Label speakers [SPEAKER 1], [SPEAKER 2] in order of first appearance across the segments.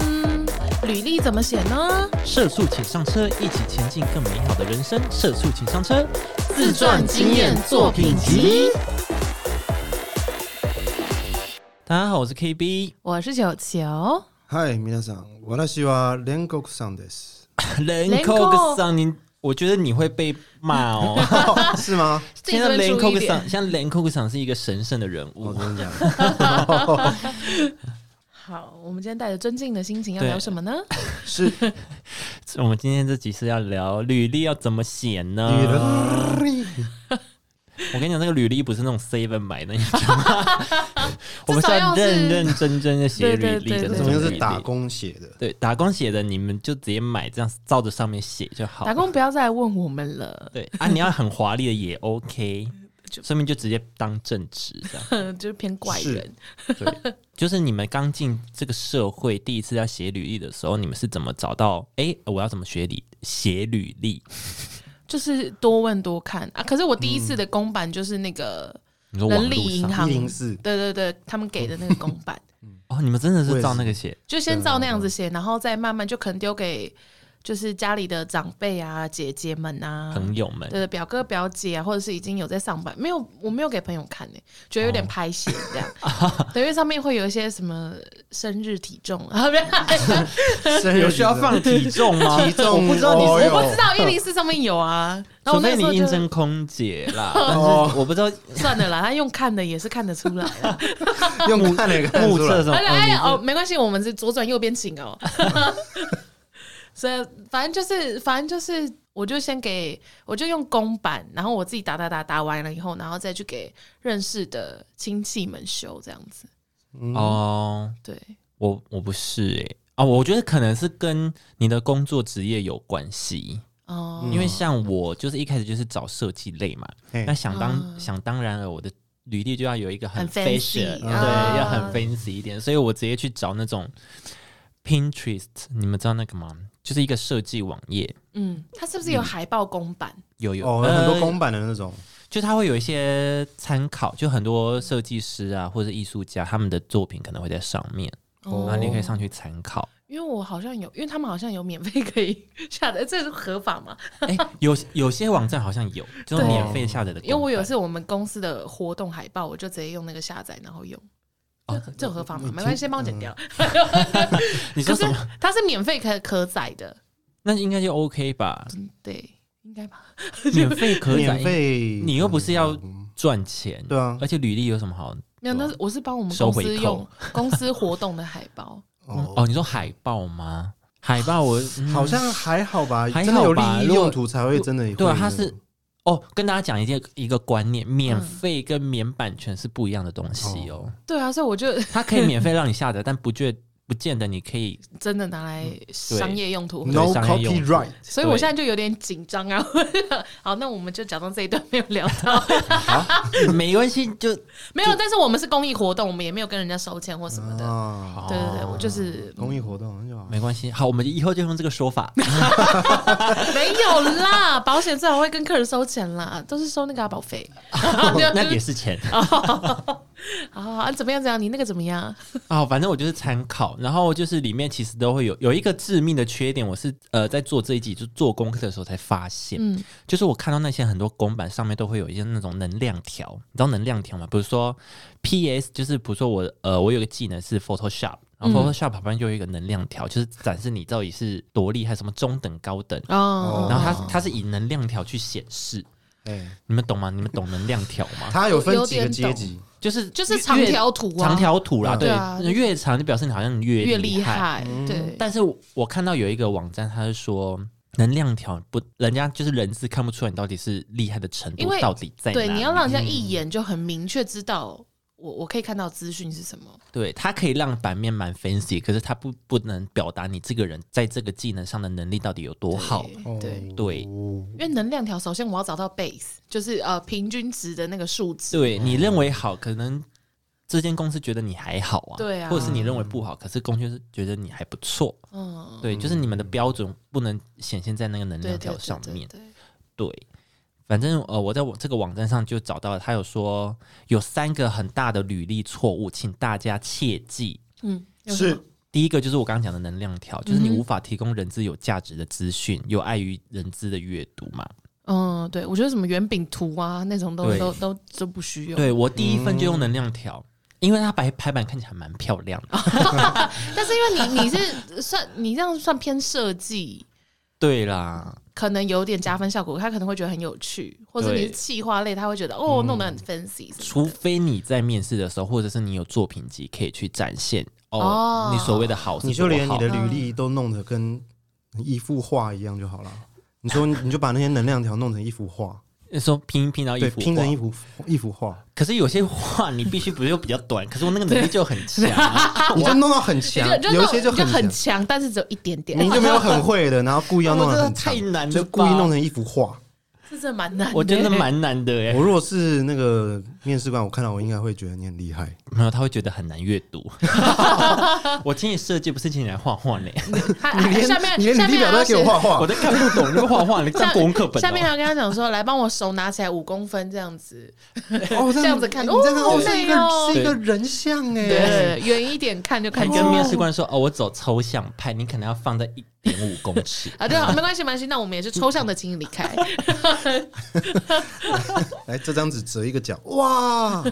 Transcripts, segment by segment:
[SPEAKER 1] 嗯，履历怎么写呢？
[SPEAKER 2] 社畜请上车，一起前进更美好的人生。社畜请上车，
[SPEAKER 1] 自传经验作品集。
[SPEAKER 2] 大家好，我是 KB。
[SPEAKER 1] 我是九球，
[SPEAKER 3] 嗨，皆さん、私は煉獄さんです。
[SPEAKER 2] 人口上，你我觉得你会被骂哦。
[SPEAKER 3] 是吗？
[SPEAKER 1] 自己
[SPEAKER 2] 现
[SPEAKER 1] 这
[SPEAKER 2] 在
[SPEAKER 1] 边
[SPEAKER 2] 人
[SPEAKER 1] 注
[SPEAKER 2] 口
[SPEAKER 1] 意一
[SPEAKER 2] 上，
[SPEAKER 1] 点。
[SPEAKER 2] 像人口上是一个神圣的人
[SPEAKER 3] 我
[SPEAKER 2] 物。
[SPEAKER 3] 真的假的？
[SPEAKER 1] 好，我们今天带着尊敬的心情要
[SPEAKER 2] 对
[SPEAKER 1] 聊什么呢？
[SPEAKER 3] 是
[SPEAKER 2] 我们今天 这集是要聊履历要怎么写
[SPEAKER 3] 你
[SPEAKER 2] 呢？
[SPEAKER 3] 的力
[SPEAKER 2] 我跟你讲，那个履历不是那种 seven 买的，你知道吗？ 我们
[SPEAKER 1] 至少要是
[SPEAKER 2] 认认真真的写
[SPEAKER 1] 对对
[SPEAKER 2] 履历的
[SPEAKER 1] 对
[SPEAKER 2] 那
[SPEAKER 3] 怎
[SPEAKER 2] 种
[SPEAKER 3] 么
[SPEAKER 2] 履
[SPEAKER 3] 又
[SPEAKER 2] 历。
[SPEAKER 3] 是打工写的？
[SPEAKER 2] 对，打工写的你们就直接买，这样照着上面写就好。
[SPEAKER 1] 打工不要再问我们了，
[SPEAKER 2] 对啊，你要很华丽 的也 OK，
[SPEAKER 1] 就
[SPEAKER 2] 顺便就直接当正职这样。
[SPEAKER 1] 就是偏怪人。
[SPEAKER 2] 对，就是你们刚进这个社会，第一次要写履历的时候，你们是怎么找到？哎，我要怎么学理写履历？
[SPEAKER 1] 就是多问多看啊。可是我第一次的公版就是那个，
[SPEAKER 2] 你说
[SPEAKER 1] 人
[SPEAKER 2] 网
[SPEAKER 1] 力
[SPEAKER 2] 络
[SPEAKER 1] 银
[SPEAKER 2] 上
[SPEAKER 1] 行
[SPEAKER 3] 一零四
[SPEAKER 1] 对对对，他们给的那个公版，
[SPEAKER 2] 哦，你们真的是照那个写，
[SPEAKER 1] 就先照那样子写，然后再慢慢就可能丢给就是家里的长辈啊、姐姐们啊。
[SPEAKER 2] 朋友们
[SPEAKER 1] 对对，表哥表姐啊，或者是已经有在上班，没有，我没有给朋友看呢、觉得有
[SPEAKER 2] 哦
[SPEAKER 1] 点拍写这样， 对，因为上面会有一些什么生日体重啊，不是，
[SPEAKER 3] 生日
[SPEAKER 2] 有需要放体重吗？
[SPEAKER 3] 体重
[SPEAKER 2] 我不知道你
[SPEAKER 3] 哦
[SPEAKER 2] 是。
[SPEAKER 3] 哟
[SPEAKER 1] 我不知道一零四上面有 啊，然后
[SPEAKER 2] 除
[SPEAKER 1] 我那
[SPEAKER 2] 非
[SPEAKER 1] 时候
[SPEAKER 2] 你
[SPEAKER 1] 就
[SPEAKER 2] 应征空姐 啦，但
[SPEAKER 3] 哦
[SPEAKER 2] 是我不知道
[SPEAKER 1] 算了啦，他用看的也是看得出来啦，
[SPEAKER 3] 哦用看的看
[SPEAKER 2] 目
[SPEAKER 3] 出
[SPEAKER 2] 测
[SPEAKER 3] 来
[SPEAKER 2] 什么。
[SPEAKER 1] 哎哎
[SPEAKER 2] 哦
[SPEAKER 1] 哦，没关系，我们是左转右边请 哦。所以反正就是，反正就是，我就先给，我就用公版，然后我自己打打打打完了以后，然后再去给认识的亲戚们修，这样子。
[SPEAKER 2] 你哦，
[SPEAKER 1] 对，
[SPEAKER 2] 我我不是哎、啊，我觉得可能是跟你的工作职业有关系，
[SPEAKER 1] 哦、
[SPEAKER 2] 因为像我就是一开始就是找设计类嘛，
[SPEAKER 3] 嗯嘿
[SPEAKER 2] 那想当、
[SPEAKER 1] 啊
[SPEAKER 2] 想当然了，我的履历就要有一个很
[SPEAKER 1] 很 fancy，
[SPEAKER 2] fashion，对，
[SPEAKER 1] 啊
[SPEAKER 2] 要很 fancy 一点，所以我直接去找那种 Pinterest，你们知道那个吗？就是一个设计网页，
[SPEAKER 1] 嗯，他是不是有海报公版？
[SPEAKER 2] 有有、
[SPEAKER 3] 哦，有
[SPEAKER 2] 呃
[SPEAKER 3] 很多公版的那种，
[SPEAKER 2] 就它会有一些参考，就很多设计师啊或者艺术家他们的作品可能会在上面，
[SPEAKER 3] 哦
[SPEAKER 2] 然后你可以上去参考。
[SPEAKER 1] 因为我好像有，因为他们好像有免费可以下载，这是合法吗？
[SPEAKER 2] 哎、有有些网站好像有这种
[SPEAKER 1] 对
[SPEAKER 2] 免费下载的功能，
[SPEAKER 1] 因为我有一次我们公司的活动海报，我就直接用那个下载，然后用。
[SPEAKER 2] 哦
[SPEAKER 1] 这这有合法吗？没关系，先帮我剪掉。
[SPEAKER 2] 嗯 你说
[SPEAKER 1] 可是
[SPEAKER 2] 什么？
[SPEAKER 1] 它是免费可可载的，嗯
[SPEAKER 2] 那应该就 OK 吧？
[SPEAKER 1] 对，应该吧？
[SPEAKER 2] 免费可以载
[SPEAKER 3] 免，费
[SPEAKER 2] 嗯你又不是要
[SPEAKER 3] 嗯
[SPEAKER 2] 赚钱，
[SPEAKER 3] 对啊
[SPEAKER 2] 而且履历有什么好？
[SPEAKER 1] 没有，那是我是帮我们
[SPEAKER 2] 啊收
[SPEAKER 1] 公
[SPEAKER 2] 回
[SPEAKER 1] 司
[SPEAKER 2] 扣
[SPEAKER 1] 用公司活动的海 报，
[SPEAKER 2] 哦
[SPEAKER 3] 哦，
[SPEAKER 2] 你说海报吗？海报 我、嗯
[SPEAKER 3] 好像还好吧，
[SPEAKER 2] 还好吧
[SPEAKER 3] 真的有利益
[SPEAKER 2] 如果
[SPEAKER 3] 用途才会真的会
[SPEAKER 2] 对啊
[SPEAKER 3] 那个
[SPEAKER 2] 它是哦，跟大家讲一件一个观念，免费跟免版权是不一样的东西哦。
[SPEAKER 1] 对啊，所以我就
[SPEAKER 2] 它可以免费让你下载，但不觉不见得你可以
[SPEAKER 1] 真的拿来商业用途。
[SPEAKER 3] no
[SPEAKER 2] 商业用途
[SPEAKER 3] copyright，
[SPEAKER 1] 所以我现在就有点紧张啊！ 好，那我们就假装这一段没有聊到，
[SPEAKER 2] 没关系，就哦
[SPEAKER 1] 没有。但是我们是公益活动，我们也没有跟人家收钱或什么的。
[SPEAKER 3] 啊，
[SPEAKER 1] 对对对，我就是
[SPEAKER 3] 公益活动那就好。
[SPEAKER 2] 没关系。好，我们以后就用这个说法。
[SPEAKER 1] 没有 啦，保险最好会跟客人收钱啦，都是收那个啊保费。
[SPEAKER 2] 那也是钱
[SPEAKER 1] 好好好，啊怎么样？怎么样？你那个怎么样？
[SPEAKER 2] 啊、反正我就是参考，然后就是里面其实都会有有一个致命的缺点，我是呃在做这一集就做功课的时候才发现，
[SPEAKER 1] 嗯
[SPEAKER 2] 就是我看到那些很多公版上面都会有一些那种能量条，你知道能量条吗？比如说 PS，就是比如说我呃我有个技能是 Photoshop，然
[SPEAKER 1] 嗯
[SPEAKER 2] 后 Photoshop 旁边就有一个能量条，就是展示你到底是多厉害，什么中等、高等，
[SPEAKER 1] 哦，
[SPEAKER 2] 然后它它是以能量条去显示，
[SPEAKER 3] 哎，
[SPEAKER 2] 你们懂吗？你们懂能量条吗？
[SPEAKER 3] 它有分
[SPEAKER 1] 有
[SPEAKER 3] 几个
[SPEAKER 1] 点
[SPEAKER 3] 阶
[SPEAKER 1] 懂
[SPEAKER 3] 级，
[SPEAKER 2] 就是
[SPEAKER 1] 就是
[SPEAKER 2] 越
[SPEAKER 1] 长
[SPEAKER 2] 越
[SPEAKER 1] 条图啊
[SPEAKER 2] 长条图啦，
[SPEAKER 3] 嗯
[SPEAKER 2] 对
[SPEAKER 1] 对啊，
[SPEAKER 2] 越长就表示你好像越
[SPEAKER 1] 越
[SPEAKER 2] 厉嗯
[SPEAKER 1] 厉害，对，
[SPEAKER 2] 但是我看到有一个网站，它是说能量条不，人家就是人字看不出来你到底是厉害的程
[SPEAKER 1] 因
[SPEAKER 2] 度
[SPEAKER 1] 为
[SPEAKER 2] 到底在哪里。
[SPEAKER 1] 对，你要让人
[SPEAKER 2] 嗯
[SPEAKER 1] 家一眼就很明确知道我我可以看到资讯是什么。
[SPEAKER 2] 对它可以让版面蛮 fancy，可是它不不能表达你这个人在这个技能上的能力到底有多好。
[SPEAKER 3] 哦
[SPEAKER 1] 对，
[SPEAKER 2] 对
[SPEAKER 1] 因为能量条，首先我要找到 base，就是呃平均值的那个数值。
[SPEAKER 2] 对你认为好，可能这间公司觉得你还好啊，
[SPEAKER 1] 对啊
[SPEAKER 2] 或者是你认为不好，可是公司觉得你还不错。
[SPEAKER 1] 嗯，
[SPEAKER 2] 对，就是你们的标准不能显现在那个能
[SPEAKER 1] 对
[SPEAKER 2] 量条上
[SPEAKER 1] 对对
[SPEAKER 2] 面。
[SPEAKER 1] 对对
[SPEAKER 2] 对，反正呃，我在我这个网站上就找到了，他有说有三个很大的履历错误，请大家切记。
[SPEAKER 1] 嗯，有什
[SPEAKER 3] 是
[SPEAKER 1] 么
[SPEAKER 2] 第一个就是我刚刚讲的能量条，就是你
[SPEAKER 1] 嗯哼
[SPEAKER 2] 无法提供人资有价值的资讯，有碍于人资的阅读嘛。
[SPEAKER 1] 嗯，对，我觉得什么圆饼图啊那种都
[SPEAKER 2] 对
[SPEAKER 1] 都都都不需要。
[SPEAKER 2] 对我第一份就用
[SPEAKER 3] 嗯
[SPEAKER 2] 能量条，因为它排排版看起来蛮漂亮的。
[SPEAKER 1] 但是因为你你是算你这样算偏设计，
[SPEAKER 2] 对啦，
[SPEAKER 1] 可能有点加分效果，他可能会觉得很有趣，或者你是
[SPEAKER 2] 对
[SPEAKER 1] 企划类，他会觉得哦弄得
[SPEAKER 3] 嗯
[SPEAKER 1] 很 fancy 什
[SPEAKER 2] 除
[SPEAKER 1] 么的。
[SPEAKER 2] 非你在面试的时候，或者是你有作品集可以去展现哦，
[SPEAKER 1] 哦
[SPEAKER 2] 你所谓的好是
[SPEAKER 3] 你就
[SPEAKER 2] 多
[SPEAKER 3] 连
[SPEAKER 2] 好
[SPEAKER 3] 你的履历都弄得跟一幅画一样就好了。你说你就把那些能量条弄成一幅画，
[SPEAKER 2] 说拼拼到一
[SPEAKER 3] 对，
[SPEAKER 2] 幅画，
[SPEAKER 3] 拼成一幅一幅画，
[SPEAKER 2] 可是有些话你必须不是又比较短，可是我那个能力就很强 啊、
[SPEAKER 3] 你就弄到很
[SPEAKER 1] 你
[SPEAKER 3] 强
[SPEAKER 1] 就，就
[SPEAKER 3] 有一
[SPEAKER 1] 弄
[SPEAKER 3] 些就
[SPEAKER 1] 你就
[SPEAKER 3] 很
[SPEAKER 1] 很
[SPEAKER 3] 强，
[SPEAKER 1] 强，但是只有一点点，
[SPEAKER 3] 明就没有很会的，然后故意要弄
[SPEAKER 2] 我真
[SPEAKER 3] 得
[SPEAKER 2] 的
[SPEAKER 3] 很强
[SPEAKER 2] 太难了
[SPEAKER 3] 就故意
[SPEAKER 2] 吧
[SPEAKER 3] 弄成一幅画。
[SPEAKER 1] 这真的蛮难。
[SPEAKER 2] 我真的，蛮难的哎、
[SPEAKER 3] 我如果是那个面试官，我看到我应该会觉得你很厉害。
[SPEAKER 2] 没有，他会觉得很难阅读。 我请你设计，不是请你来画画呢。
[SPEAKER 1] 他
[SPEAKER 3] 你
[SPEAKER 1] 哎
[SPEAKER 3] 连
[SPEAKER 1] 下面
[SPEAKER 3] 你连
[SPEAKER 1] 下
[SPEAKER 3] 履历
[SPEAKER 1] 面
[SPEAKER 3] 表
[SPEAKER 1] 还
[SPEAKER 3] 都
[SPEAKER 1] 要
[SPEAKER 3] 在给我
[SPEAKER 1] 写
[SPEAKER 3] 画画
[SPEAKER 2] 我，都看不懂那个画画，你看国文课本、哦。
[SPEAKER 1] 下面还要跟他讲说，来帮我手拿起来五公分这样子，
[SPEAKER 3] 哦，
[SPEAKER 1] 这样子看
[SPEAKER 3] 你这个
[SPEAKER 1] 哦
[SPEAKER 3] 哦，是一个
[SPEAKER 1] 对
[SPEAKER 3] 是一个人像哎，
[SPEAKER 1] 对，远一点看就
[SPEAKER 2] 还
[SPEAKER 1] 看见
[SPEAKER 2] 跟
[SPEAKER 1] 了。
[SPEAKER 2] 面试官说：“哦，我走抽象派，你可能要放在一点五公尺
[SPEAKER 1] 啊，对啊，没关系，没关系，那我们也是抽象的，请你离开。
[SPEAKER 3] 来这张纸折一个角，哇，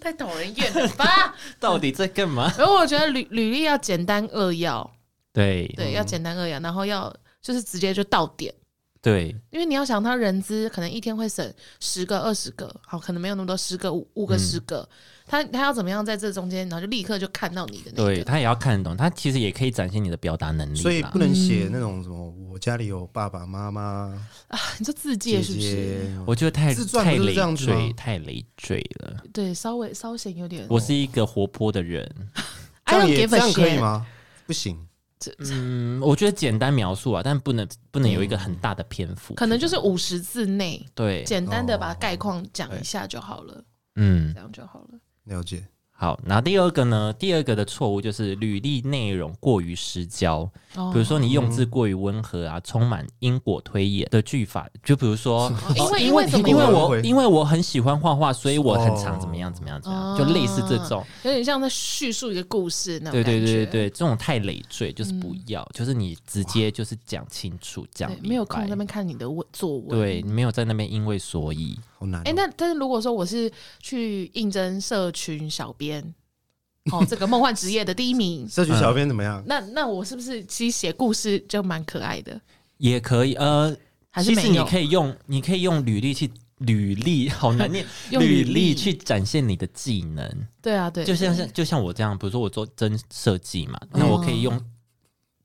[SPEAKER 1] 太讨人厌了吧？”
[SPEAKER 2] 到底在干嘛？
[SPEAKER 1] 而我觉得履履历要简单扼要，
[SPEAKER 2] 对
[SPEAKER 1] 对，要简单扼要，然后要就是直接就到点，
[SPEAKER 2] 对
[SPEAKER 1] 因为你要想他人资可能一天会审十个、二十个，好，可能没有那么多，十个、五五个、十个，他他要怎么样在这中间，然后就立刻就看到你的那
[SPEAKER 2] 对，
[SPEAKER 1] 个。
[SPEAKER 2] 他也要看得懂，他其实也可以展现你的表达能力啦。
[SPEAKER 3] 所以不能写那种什么我家里有爸爸妈妈、
[SPEAKER 1] 你就自介
[SPEAKER 3] 姐
[SPEAKER 1] 是不是？
[SPEAKER 3] 姐，
[SPEAKER 2] 我觉得太
[SPEAKER 3] 自传
[SPEAKER 2] 太
[SPEAKER 3] 不是
[SPEAKER 2] 累
[SPEAKER 3] 这样子吗
[SPEAKER 2] 赘，太累赘了。
[SPEAKER 1] 对，稍微稍显有点。
[SPEAKER 2] 我是一个活泼的人，
[SPEAKER 1] I
[SPEAKER 3] 这
[SPEAKER 1] don't
[SPEAKER 3] 样也
[SPEAKER 1] give
[SPEAKER 3] 这
[SPEAKER 1] a
[SPEAKER 3] 样可以
[SPEAKER 1] shit。
[SPEAKER 3] 吗？不行，
[SPEAKER 2] 嗯，我觉得简单描述啊，但不能不能有一个很大的篇幅，
[SPEAKER 1] 可能就是五十字内，
[SPEAKER 2] 对，
[SPEAKER 1] 简单的把概况讲一
[SPEAKER 2] 对
[SPEAKER 1] 下就好了，
[SPEAKER 2] 嗯
[SPEAKER 1] 这，样就好了。
[SPEAKER 3] 了解。
[SPEAKER 2] 好。然后第二个呢，第二个的错误就是履历内容过于失焦，
[SPEAKER 1] 哦
[SPEAKER 2] 比如说你用字过于温和啊，充满因果推演的句法，就比如说，
[SPEAKER 1] 因为
[SPEAKER 2] 哦
[SPEAKER 1] 因为怎么
[SPEAKER 2] 因为
[SPEAKER 3] 样
[SPEAKER 2] 我因为我很喜欢画画，所以我很常怎么样怎么样怎么
[SPEAKER 1] 哦
[SPEAKER 2] 样，就类似这种。
[SPEAKER 1] 有点像在叙述一个故事那种
[SPEAKER 2] 对
[SPEAKER 1] 感
[SPEAKER 2] 对
[SPEAKER 1] 觉。嗯
[SPEAKER 2] 对对对，这种太累赘，就是不要，就是你直接就是讲清楚，讲
[SPEAKER 1] 对
[SPEAKER 2] 明
[SPEAKER 1] 没有
[SPEAKER 2] 白
[SPEAKER 1] 空在那边看你的文作文。
[SPEAKER 2] 对你没有在那边因为所以，
[SPEAKER 3] 好难哦、，
[SPEAKER 1] 哎、那但是如果说我是去应征社群小编，哦，这个梦幻职业的第一名
[SPEAKER 3] 社区小编怎么样？
[SPEAKER 1] 那那我是不是其实写故事就蛮可爱的？
[SPEAKER 2] 也可以呃，
[SPEAKER 1] 还是
[SPEAKER 2] 其
[SPEAKER 1] 没
[SPEAKER 2] 实
[SPEAKER 1] 有，
[SPEAKER 2] 你可以用你可以用履历去履历，好难念
[SPEAKER 1] 用履历
[SPEAKER 2] 历去展现你的技能。
[SPEAKER 1] 对啊，对，嗯
[SPEAKER 2] 就像像就像我这样，比如说我做真设计嘛，那我可以用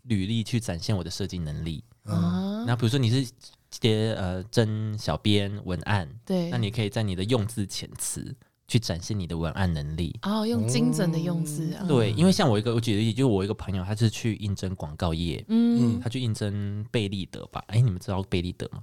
[SPEAKER 2] 履历去展现我的设计能力。
[SPEAKER 1] 啊，
[SPEAKER 2] 那比如说你是接呃真小编文案，
[SPEAKER 1] 对，
[SPEAKER 2] 那你可以在你的用字遣词去展现你的文案能力。
[SPEAKER 1] 哦，用精准的用字啊，
[SPEAKER 2] 对，因为像我一个，我举个例子，就我一个朋友，他是去应征广告业，
[SPEAKER 1] 嗯，
[SPEAKER 2] 他去应征贝利德吧？哎，你们知道贝利德吗？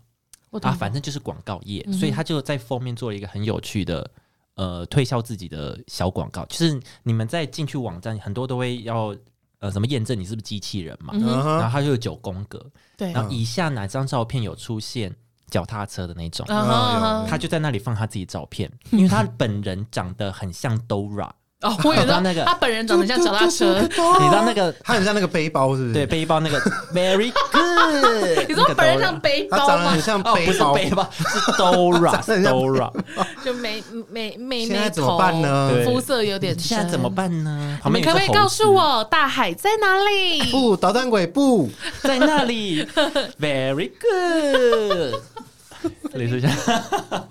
[SPEAKER 1] 我懂嗯
[SPEAKER 2] 啊，反正就是广告业，所以他就在封面做了一个很有趣的。呃，推销自己的小广告，就是你们在进去网站，很多都会要呃什么验证你是不是机器人嘛，
[SPEAKER 1] 嗯
[SPEAKER 3] 嗯
[SPEAKER 2] 然后
[SPEAKER 3] 哼，
[SPEAKER 2] 它就有九宫格，
[SPEAKER 1] 对，
[SPEAKER 2] 然后以下哪张照片有出现脚踏车的那种，
[SPEAKER 1] 啊哈啊哈
[SPEAKER 2] 他就在那里放他自己 照片，因为他本人长得很像 Dora，
[SPEAKER 1] 哦，我有知道
[SPEAKER 2] 他那个
[SPEAKER 1] 他本人长得像脚踏车，
[SPEAKER 2] 你知道那个
[SPEAKER 3] 他很像那个背包，是不是？
[SPEAKER 2] 对，背 包那个 Very good，
[SPEAKER 1] 你说本人像
[SPEAKER 2] 那个 Dora
[SPEAKER 1] 背
[SPEAKER 3] 他
[SPEAKER 1] 包
[SPEAKER 3] 长得
[SPEAKER 1] 吗
[SPEAKER 3] 很？像
[SPEAKER 2] 哦，不
[SPEAKER 3] 背
[SPEAKER 2] 是
[SPEAKER 3] 包。
[SPEAKER 2] 背包，是 Dora
[SPEAKER 3] 得很像
[SPEAKER 2] Dora，
[SPEAKER 1] 就眉眉眉
[SPEAKER 3] 现在
[SPEAKER 1] 眉
[SPEAKER 3] 怎么
[SPEAKER 1] 头
[SPEAKER 3] 办呢
[SPEAKER 2] 对
[SPEAKER 1] 肤色有点
[SPEAKER 2] 现在
[SPEAKER 1] 深
[SPEAKER 2] 怎么？办呢？
[SPEAKER 1] 你
[SPEAKER 2] 旁
[SPEAKER 1] 们
[SPEAKER 2] 边有
[SPEAKER 1] 可不
[SPEAKER 2] 一
[SPEAKER 1] 可以
[SPEAKER 2] 只
[SPEAKER 1] 告
[SPEAKER 2] 猴子
[SPEAKER 1] 诉我大海在哪里？
[SPEAKER 3] 不，捣蛋鬼不，
[SPEAKER 2] 在那里 ？Very good，类似像，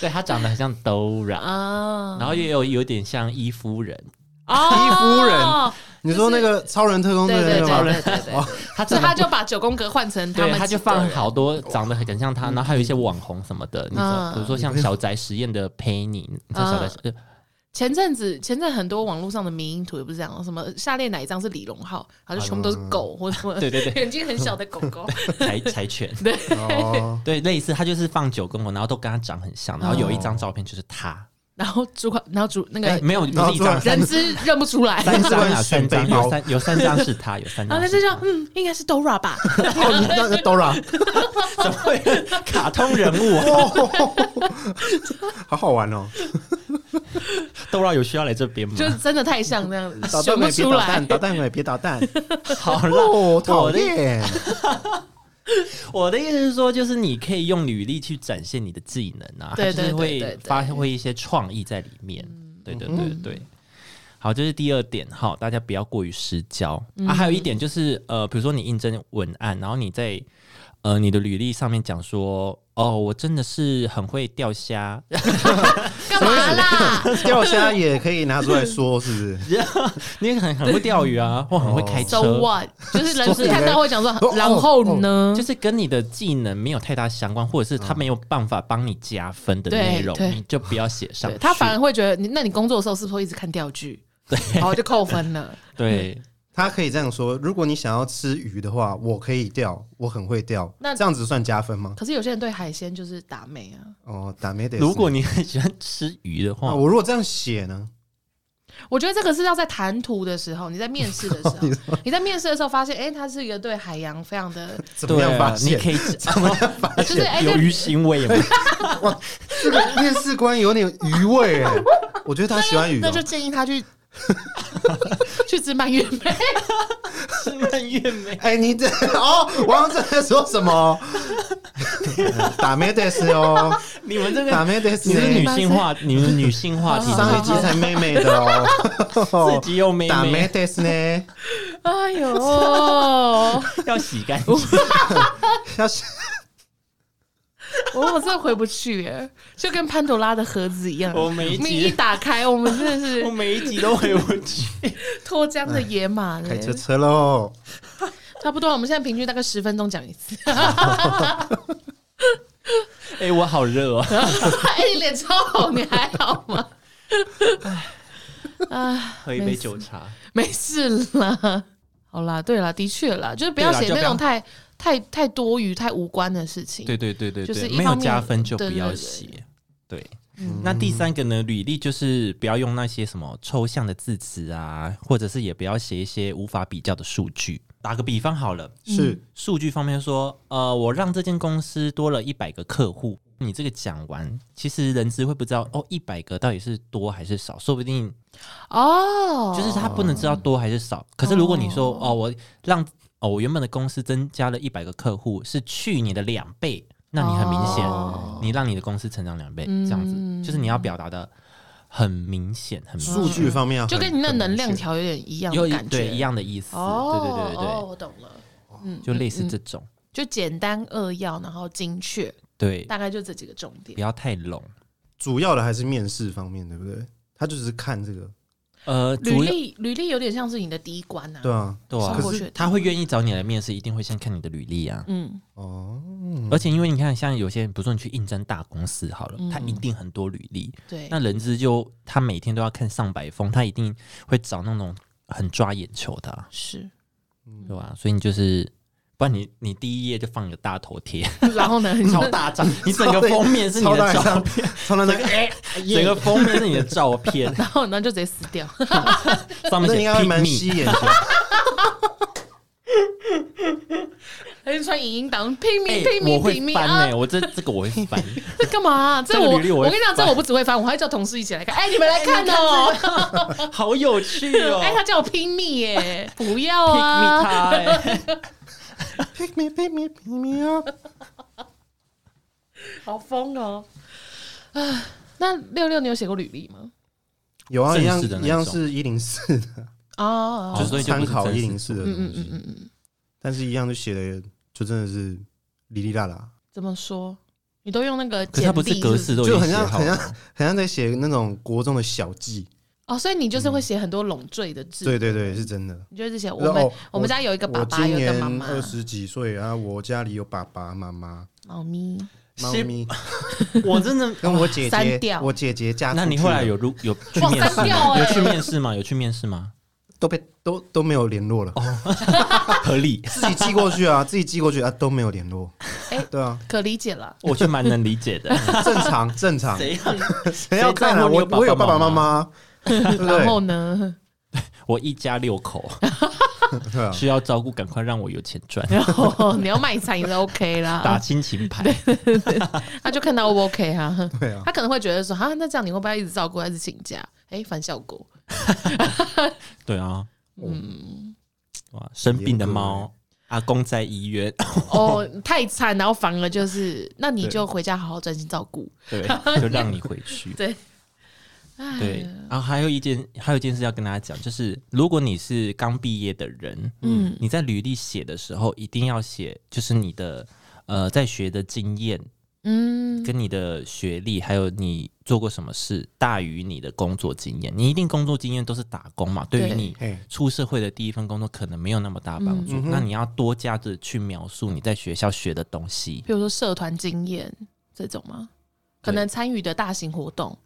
[SPEAKER 2] 对他长得很像 Dora，
[SPEAKER 1] 啊，
[SPEAKER 2] 然后也有有点像伊夫人，
[SPEAKER 1] 伊
[SPEAKER 3] 夫人，你说那个超人特工队
[SPEAKER 1] 对对
[SPEAKER 3] 那个
[SPEAKER 1] 对
[SPEAKER 3] 吗？
[SPEAKER 1] 对对对，
[SPEAKER 2] 他
[SPEAKER 1] 所
[SPEAKER 2] 长
[SPEAKER 1] 以他
[SPEAKER 2] 得
[SPEAKER 1] 就把九宫格换成他
[SPEAKER 2] 对，
[SPEAKER 1] 们，
[SPEAKER 2] 他就放，好多长得很像他，然后还有一些网红什么的，你知道，
[SPEAKER 1] 嗯
[SPEAKER 2] 比如说像小宅实验的 Penny，你知道小宅实验
[SPEAKER 1] 前阵子前阵很多网络上的迷因图也不是这样，什么下列哪一张是李荣浩，然后就全部都是狗或者什么，
[SPEAKER 2] 呃对 对对
[SPEAKER 1] 眼睛很小的狗狗，
[SPEAKER 2] 柴柴犬，
[SPEAKER 3] 哦，
[SPEAKER 2] 对，类似他就是放九宫格，然后都跟他长很像，然后有一张照片就是他，哎
[SPEAKER 1] 然后主管，然后主那个
[SPEAKER 2] 没有
[SPEAKER 3] 然
[SPEAKER 2] 不
[SPEAKER 3] 后
[SPEAKER 2] 是一
[SPEAKER 3] 突然
[SPEAKER 2] 张，
[SPEAKER 1] 人资认不出来，
[SPEAKER 2] 三张啊，
[SPEAKER 3] 是
[SPEAKER 2] 三张
[SPEAKER 3] 背包
[SPEAKER 2] 有三有三张是他，有三
[SPEAKER 1] 然后
[SPEAKER 2] 张
[SPEAKER 1] 他就是说嗯，应该是 Dora 吧，
[SPEAKER 3] 哦，你那个 Dora，
[SPEAKER 2] 怎么会卡通人物啊？
[SPEAKER 3] 哦，好好玩哦。
[SPEAKER 2] 豆绕有需要来这边吗？
[SPEAKER 1] 就是真的太像那样，
[SPEAKER 3] 打
[SPEAKER 1] 选
[SPEAKER 3] 蛋
[SPEAKER 1] 不
[SPEAKER 3] 也别
[SPEAKER 1] 出
[SPEAKER 3] 打
[SPEAKER 1] 来
[SPEAKER 3] 蛋，。打蛋也别打蛋，
[SPEAKER 2] 好啦，
[SPEAKER 3] 哦，讨
[SPEAKER 2] 我的
[SPEAKER 3] 厌。
[SPEAKER 2] 我的意思是说，就是你可以用履历去展现你的技能啊，
[SPEAKER 1] 对
[SPEAKER 2] 它
[SPEAKER 1] 对
[SPEAKER 2] 就是
[SPEAKER 1] 对对
[SPEAKER 2] 会
[SPEAKER 1] 对嗯
[SPEAKER 2] 发挥一些创意在里面。对对对对。好，这是第二点哈，大家不要过于失焦、
[SPEAKER 1] 嗯
[SPEAKER 2] 啊。还有一点就是，呃，比如说你应征文案，然后你在呃你的履历上面讲说，哦，我真的是很会钓虾，
[SPEAKER 1] 干嘛啦？
[SPEAKER 3] 钓虾也可以拿出来说，是不是？
[SPEAKER 2] 你很很会钓鱼啊，或很会开车
[SPEAKER 1] So what？就是人
[SPEAKER 3] 所以
[SPEAKER 1] 事看到会讲
[SPEAKER 3] 哦
[SPEAKER 1] 说，然后呢
[SPEAKER 2] 就？是跟你的技能没有太大相关，或者是他没有办法帮你加分的
[SPEAKER 1] 对
[SPEAKER 2] 内容，
[SPEAKER 1] 对
[SPEAKER 2] 你就不要写上
[SPEAKER 1] 对
[SPEAKER 2] 去。
[SPEAKER 1] 他反而会觉得你，那你工作的时候是不是会一直看钓具？对，然后就扣分了。
[SPEAKER 2] 对。
[SPEAKER 3] 他可以这样说：如果你想要吃鱼的话，我可以钓，我很会钓。
[SPEAKER 1] 那
[SPEAKER 3] 这样子算加分吗？
[SPEAKER 1] 可是有些人对海鲜就是打妹啊，
[SPEAKER 3] 哦，打没得。
[SPEAKER 2] 如果你哦很喜欢吃鱼的
[SPEAKER 3] 啊，
[SPEAKER 2] 话，
[SPEAKER 3] 我如果这样写呢？
[SPEAKER 1] 我觉得这个是要在谈吐的时候，你在面试的时候，你在面试的时候发现，哎、他是一个对海洋非常的，
[SPEAKER 3] 怎么
[SPEAKER 2] 对
[SPEAKER 3] 样
[SPEAKER 2] 啊
[SPEAKER 3] 发，
[SPEAKER 2] 你
[SPEAKER 3] 现？
[SPEAKER 2] 可以 怎么样发
[SPEAKER 1] 就是哎
[SPEAKER 2] 有
[SPEAKER 1] 这
[SPEAKER 2] 鱼腥 味吗？
[SPEAKER 3] 这个面试官有点余味哎， 我觉得他喜欢鱼
[SPEAKER 1] 那
[SPEAKER 3] 哦
[SPEAKER 1] 就。建议他去去吃蔓越莓。
[SPEAKER 2] 是蔓越莓。
[SPEAKER 3] 哎，你这 哦，王正在说什么？ 打没得是哦，
[SPEAKER 2] 你们这
[SPEAKER 3] 打
[SPEAKER 2] 个，
[SPEAKER 3] 没得
[SPEAKER 2] 你是女
[SPEAKER 3] 呢
[SPEAKER 2] 性话，你 们女性话题
[SPEAKER 1] 好
[SPEAKER 3] 上一集才妹妹的哦，
[SPEAKER 2] 自己又妹
[SPEAKER 3] 打没
[SPEAKER 2] 妹，
[SPEAKER 3] 得是呢，
[SPEAKER 1] 哎呦，
[SPEAKER 2] 要洗干净。
[SPEAKER 3] 要是
[SPEAKER 1] 我我真的回不去耶，就跟潘多拉的盒子一样。
[SPEAKER 2] 我每一
[SPEAKER 1] 们
[SPEAKER 2] 集
[SPEAKER 1] 一打开，我们真的 是
[SPEAKER 2] 我每一集都回不去。
[SPEAKER 1] 脱缰
[SPEAKER 2] 哎
[SPEAKER 1] 的野马
[SPEAKER 3] 开车
[SPEAKER 1] 嘞，
[SPEAKER 3] 车喽。
[SPEAKER 1] 差不多。我们现在平均大概十分钟讲一 次。
[SPEAKER 2] 哎，我好热 哦。
[SPEAKER 1] 哎、你脸超红，你还好吗？ 啊，
[SPEAKER 2] 喝一杯酒茶，
[SPEAKER 1] 没事啦，好啦，对啦，的确啦，就是不要
[SPEAKER 2] 对啦
[SPEAKER 1] 写
[SPEAKER 2] 就
[SPEAKER 1] 那
[SPEAKER 2] 不要
[SPEAKER 1] 种太太太多余、太无关的事情。
[SPEAKER 2] 对对对对
[SPEAKER 1] 就是
[SPEAKER 2] 对，
[SPEAKER 1] 一
[SPEAKER 2] 没有
[SPEAKER 1] 方面
[SPEAKER 2] 加分就
[SPEAKER 1] 对
[SPEAKER 2] 不
[SPEAKER 1] 对
[SPEAKER 2] 要
[SPEAKER 1] 对
[SPEAKER 2] 写。对，
[SPEAKER 1] 嗯
[SPEAKER 2] 那第三个呢，履历就是不要用那些什么抽象的字词啊，或者是也不要写一些无法比较的数据。打个比方好了，
[SPEAKER 3] 是
[SPEAKER 2] 数据方面说，呃，我让这间公司多了一百个客户。你这个讲完，其实人资会不知道哦，一百个到底是多还是少，说不定
[SPEAKER 1] 哦，
[SPEAKER 2] 就是他不能知道多还是少。可是如果你说哦，我让哦，我原本的公司增加了一百个客户，是去年的两倍，那你很明显，
[SPEAKER 1] 哦嗯
[SPEAKER 2] 你让你的公司成长两倍，这样子，就是你要表达的很明显，很明显
[SPEAKER 3] 数据方面要
[SPEAKER 1] 嗯就跟
[SPEAKER 3] 很
[SPEAKER 1] 你那
[SPEAKER 3] 很
[SPEAKER 1] 能
[SPEAKER 3] 明
[SPEAKER 1] 量
[SPEAKER 3] 确
[SPEAKER 1] 条有点一样
[SPEAKER 2] 有
[SPEAKER 1] 的
[SPEAKER 2] 一
[SPEAKER 1] 感觉，
[SPEAKER 2] 对一。样的意思，
[SPEAKER 1] 哦，
[SPEAKER 2] 对对对对对，
[SPEAKER 1] 哦，我懂了，嗯
[SPEAKER 2] 就类似这种，
[SPEAKER 1] 就简单扼要，然后精确，
[SPEAKER 2] 对，
[SPEAKER 1] 大概就这几个重点
[SPEAKER 2] 不。要太笼。
[SPEAKER 3] 主要的还是面试方面，对不对？他就只是看这个，
[SPEAKER 2] 呃，
[SPEAKER 1] 履
[SPEAKER 2] 主要。
[SPEAKER 1] 历履历有点像是你的第一关啊，
[SPEAKER 3] 对啊，
[SPEAKER 2] 对啊
[SPEAKER 1] 送，过
[SPEAKER 2] 可
[SPEAKER 1] 去
[SPEAKER 2] 是他会愿意找你来面试，一定会先看你的履历啊。
[SPEAKER 1] 嗯，
[SPEAKER 3] 哦，
[SPEAKER 2] 而且因为你看，像有些人，比如说你去应征大公司好了，
[SPEAKER 1] 嗯
[SPEAKER 2] 他一定很多履历，
[SPEAKER 1] 对，
[SPEAKER 2] 那人资就他每天都要看上百封，他一定会找那种很抓眼球的啊、
[SPEAKER 1] 是。
[SPEAKER 2] 对吧、所以你就是，不然你你第一页就放一个大头 贴，
[SPEAKER 1] 然后呢，
[SPEAKER 2] 超大张，你整个封面是你
[SPEAKER 3] 超大
[SPEAKER 2] 的
[SPEAKER 3] 一
[SPEAKER 2] 照
[SPEAKER 3] 张
[SPEAKER 2] 片，
[SPEAKER 3] 超难的，
[SPEAKER 2] 哎整个封面是你的照片，
[SPEAKER 1] 然后呢就直接撕掉。
[SPEAKER 2] 上面
[SPEAKER 3] 那
[SPEAKER 2] 写
[SPEAKER 3] 应该会
[SPEAKER 2] pick
[SPEAKER 3] 蛮
[SPEAKER 2] me，
[SPEAKER 3] 吸眼球。
[SPEAKER 1] 还是穿影音档，拼命
[SPEAKER 2] 哎、
[SPEAKER 1] 拼
[SPEAKER 2] 我
[SPEAKER 1] 命
[SPEAKER 2] 会
[SPEAKER 1] 拼命
[SPEAKER 2] 翻呢、
[SPEAKER 1] 啊！
[SPEAKER 2] 我这这个我会翻。
[SPEAKER 1] 这干嘛啊？
[SPEAKER 2] 这
[SPEAKER 1] 这
[SPEAKER 2] 个
[SPEAKER 1] 我
[SPEAKER 2] 履历我会
[SPEAKER 1] 我跟你讲，这
[SPEAKER 2] 翻
[SPEAKER 1] 我不只会翻，我还叫同事一起来看。哎，你们来看哦！
[SPEAKER 2] 好有趣哦！
[SPEAKER 1] 哎，他叫我拼命耶，不要
[SPEAKER 2] pick
[SPEAKER 1] 啊！
[SPEAKER 2] me 他、哎
[SPEAKER 3] Pick me, pick me, pick me up。
[SPEAKER 1] 好疯哦！啊，那六六，你有写过履历吗？
[SPEAKER 3] 有啊，一样
[SPEAKER 2] 正式的那种
[SPEAKER 3] 一样是一零四的，
[SPEAKER 1] 哦，
[SPEAKER 2] 哦所以就不
[SPEAKER 3] 参
[SPEAKER 2] 是
[SPEAKER 3] 考
[SPEAKER 2] 正
[SPEAKER 3] 一
[SPEAKER 2] 式
[SPEAKER 3] 零四的
[SPEAKER 1] 嗯嗯
[SPEAKER 3] 东
[SPEAKER 1] 嗯
[SPEAKER 3] 西，
[SPEAKER 1] 嗯嗯，
[SPEAKER 3] 但是一样就写的就真的是哩哩啦啦，
[SPEAKER 1] 怎么说？你都用那个
[SPEAKER 2] 可
[SPEAKER 1] 简
[SPEAKER 2] 是
[SPEAKER 1] 历
[SPEAKER 2] 他不是格
[SPEAKER 1] 是
[SPEAKER 2] 式
[SPEAKER 1] 不是
[SPEAKER 2] 都已
[SPEAKER 3] 就
[SPEAKER 2] 经
[SPEAKER 3] 很
[SPEAKER 2] 写
[SPEAKER 3] 像
[SPEAKER 2] 好
[SPEAKER 3] 很像
[SPEAKER 2] 了，
[SPEAKER 3] 很像在写那种国中的小记。
[SPEAKER 1] 哦，所以你就是
[SPEAKER 2] 嗯
[SPEAKER 1] 会写很多笼缀的字，
[SPEAKER 3] 对对对，是真的。
[SPEAKER 1] 你就是写
[SPEAKER 3] 就是
[SPEAKER 1] 我们
[SPEAKER 3] 哦
[SPEAKER 1] 我们家有一个爸
[SPEAKER 3] 我
[SPEAKER 1] 爸，
[SPEAKER 3] 今
[SPEAKER 1] 有一
[SPEAKER 3] 年
[SPEAKER 1] 个妈妈，
[SPEAKER 3] 二十几岁啊，我家里有爸爸妈妈、
[SPEAKER 1] 猫咪，
[SPEAKER 3] 猫
[SPEAKER 2] 是
[SPEAKER 3] 咪，
[SPEAKER 2] 我真的。
[SPEAKER 3] 跟我姐
[SPEAKER 1] 删
[SPEAKER 3] 姐，
[SPEAKER 1] 掉
[SPEAKER 3] 我姐姐嫁出去 了，
[SPEAKER 2] 那你后来有入有去
[SPEAKER 1] 哇
[SPEAKER 2] 面试
[SPEAKER 1] 删掉
[SPEAKER 2] 吗？
[SPEAKER 1] 哎
[SPEAKER 2] 有去面试吗？有去面试吗？
[SPEAKER 3] 都被都都没有联络了，
[SPEAKER 2] 哦合理，
[SPEAKER 3] 自己寄过 去啊，自己寄过去啊，都没有联络。
[SPEAKER 1] 哎
[SPEAKER 3] 对啊，
[SPEAKER 1] 可理解了。
[SPEAKER 2] 我是蛮能理 解的。
[SPEAKER 3] 正 常正常，
[SPEAKER 2] 谁啊？
[SPEAKER 3] 谁要看
[SPEAKER 2] 谁
[SPEAKER 3] 啊？
[SPEAKER 2] 在乎你
[SPEAKER 3] 我
[SPEAKER 2] 有爸爸
[SPEAKER 3] 我有爸爸妈
[SPEAKER 2] 妈
[SPEAKER 3] 妈，对不
[SPEAKER 1] 然后
[SPEAKER 3] 对？
[SPEAKER 1] 呢？
[SPEAKER 2] 我一家六口，
[SPEAKER 3] 对啊，
[SPEAKER 2] 需要照顾，赶快让我有钱赚，
[SPEAKER 1] 然 后你要卖惨也是 OK
[SPEAKER 2] 打
[SPEAKER 1] 啦，
[SPEAKER 2] 亲情牌。
[SPEAKER 1] 他就看到我 OK 啊，
[SPEAKER 3] 对啊，
[SPEAKER 1] 他可能会觉得说啊，那这样你会不会一直照顾，一直请假？哎，反效果。
[SPEAKER 2] 对啊，
[SPEAKER 3] 嗯，
[SPEAKER 2] 哇，生病的猫，
[SPEAKER 1] 哎
[SPEAKER 2] 阿公在医院，
[SPEAKER 1] 哦，太惨，然后反而就是，那你
[SPEAKER 2] 对
[SPEAKER 1] 就回家好好专心照顾。
[SPEAKER 2] 对，就让你回 去。
[SPEAKER 1] 对，哎
[SPEAKER 2] 对，然后还有一件，还有一件事要跟大家讲，就是如果你是刚毕业的人，嗯，你在履历写的时候一定要写，就是你的呃在学的经验，
[SPEAKER 1] 嗯，
[SPEAKER 2] 跟你的学历，还有你做过什么事，大于你的工作经验。你一定工作经验都是打工嘛，对于
[SPEAKER 1] 对
[SPEAKER 2] 你
[SPEAKER 3] 嘿，
[SPEAKER 2] 出社会的第一份工作可能没有那么大帮助。
[SPEAKER 3] 嗯哼
[SPEAKER 2] 那你要多加的去描述你在学校学的东西。
[SPEAKER 1] 比如说社团经验这种吗？可能参与的大型活动，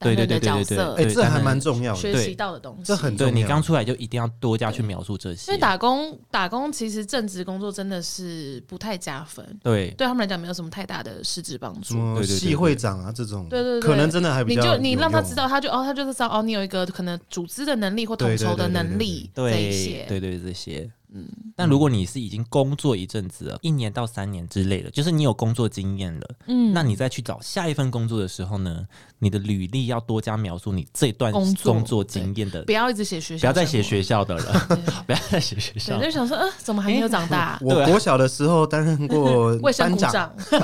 [SPEAKER 2] 对
[SPEAKER 1] 担任
[SPEAKER 2] 对
[SPEAKER 1] 的
[SPEAKER 2] 对
[SPEAKER 1] 角
[SPEAKER 2] 对对
[SPEAKER 1] 色
[SPEAKER 3] 哎，
[SPEAKER 2] 对
[SPEAKER 3] 这
[SPEAKER 2] 当
[SPEAKER 3] 还
[SPEAKER 2] 然
[SPEAKER 3] 蛮重要的，
[SPEAKER 1] 学
[SPEAKER 2] 对
[SPEAKER 1] 习到的东西，
[SPEAKER 3] 这很
[SPEAKER 2] 对
[SPEAKER 3] 重要。
[SPEAKER 2] 你刚出来就一定要多加去描述这
[SPEAKER 1] 因
[SPEAKER 2] 些
[SPEAKER 1] 为。打工打工其实正职工作真的是不太加分，
[SPEAKER 2] 对
[SPEAKER 1] 对他们来讲没有什么太大的实质帮
[SPEAKER 3] 什
[SPEAKER 1] 助。
[SPEAKER 3] 么
[SPEAKER 2] 对对对
[SPEAKER 3] 系会长啊这种，
[SPEAKER 1] 对对对
[SPEAKER 3] 可能真的还比
[SPEAKER 1] 你
[SPEAKER 3] 较
[SPEAKER 1] 就
[SPEAKER 3] 有
[SPEAKER 1] 你让他
[SPEAKER 3] 用
[SPEAKER 1] 知道，他就哦，他就是知道哦，你有一个可能组织的能力或统
[SPEAKER 3] 对对
[SPEAKER 1] 筹
[SPEAKER 3] 对
[SPEAKER 1] 的
[SPEAKER 3] 对对
[SPEAKER 1] 能
[SPEAKER 3] 对
[SPEAKER 1] 力这一
[SPEAKER 2] 对
[SPEAKER 1] 些，
[SPEAKER 2] 对对，这些。嗯，但如果你是已经工作一阵子了，一年到三年之类的，就是你有工作经验了，
[SPEAKER 1] 嗯，
[SPEAKER 2] 那你再去找下一份工作的时候呢，你的履历要多加描述你这段
[SPEAKER 1] 工作
[SPEAKER 2] 工作经验的，
[SPEAKER 1] 不要一直写学校，
[SPEAKER 2] 不要再写。学校的了，
[SPEAKER 1] 对
[SPEAKER 2] 不要再写学校
[SPEAKER 1] 对，。就想说，呃，怎么还没有长大？
[SPEAKER 3] 我
[SPEAKER 2] 啊
[SPEAKER 3] 国小的时候担任过
[SPEAKER 1] 卫生
[SPEAKER 3] 哎班
[SPEAKER 1] 股
[SPEAKER 3] 长，
[SPEAKER 1] 长，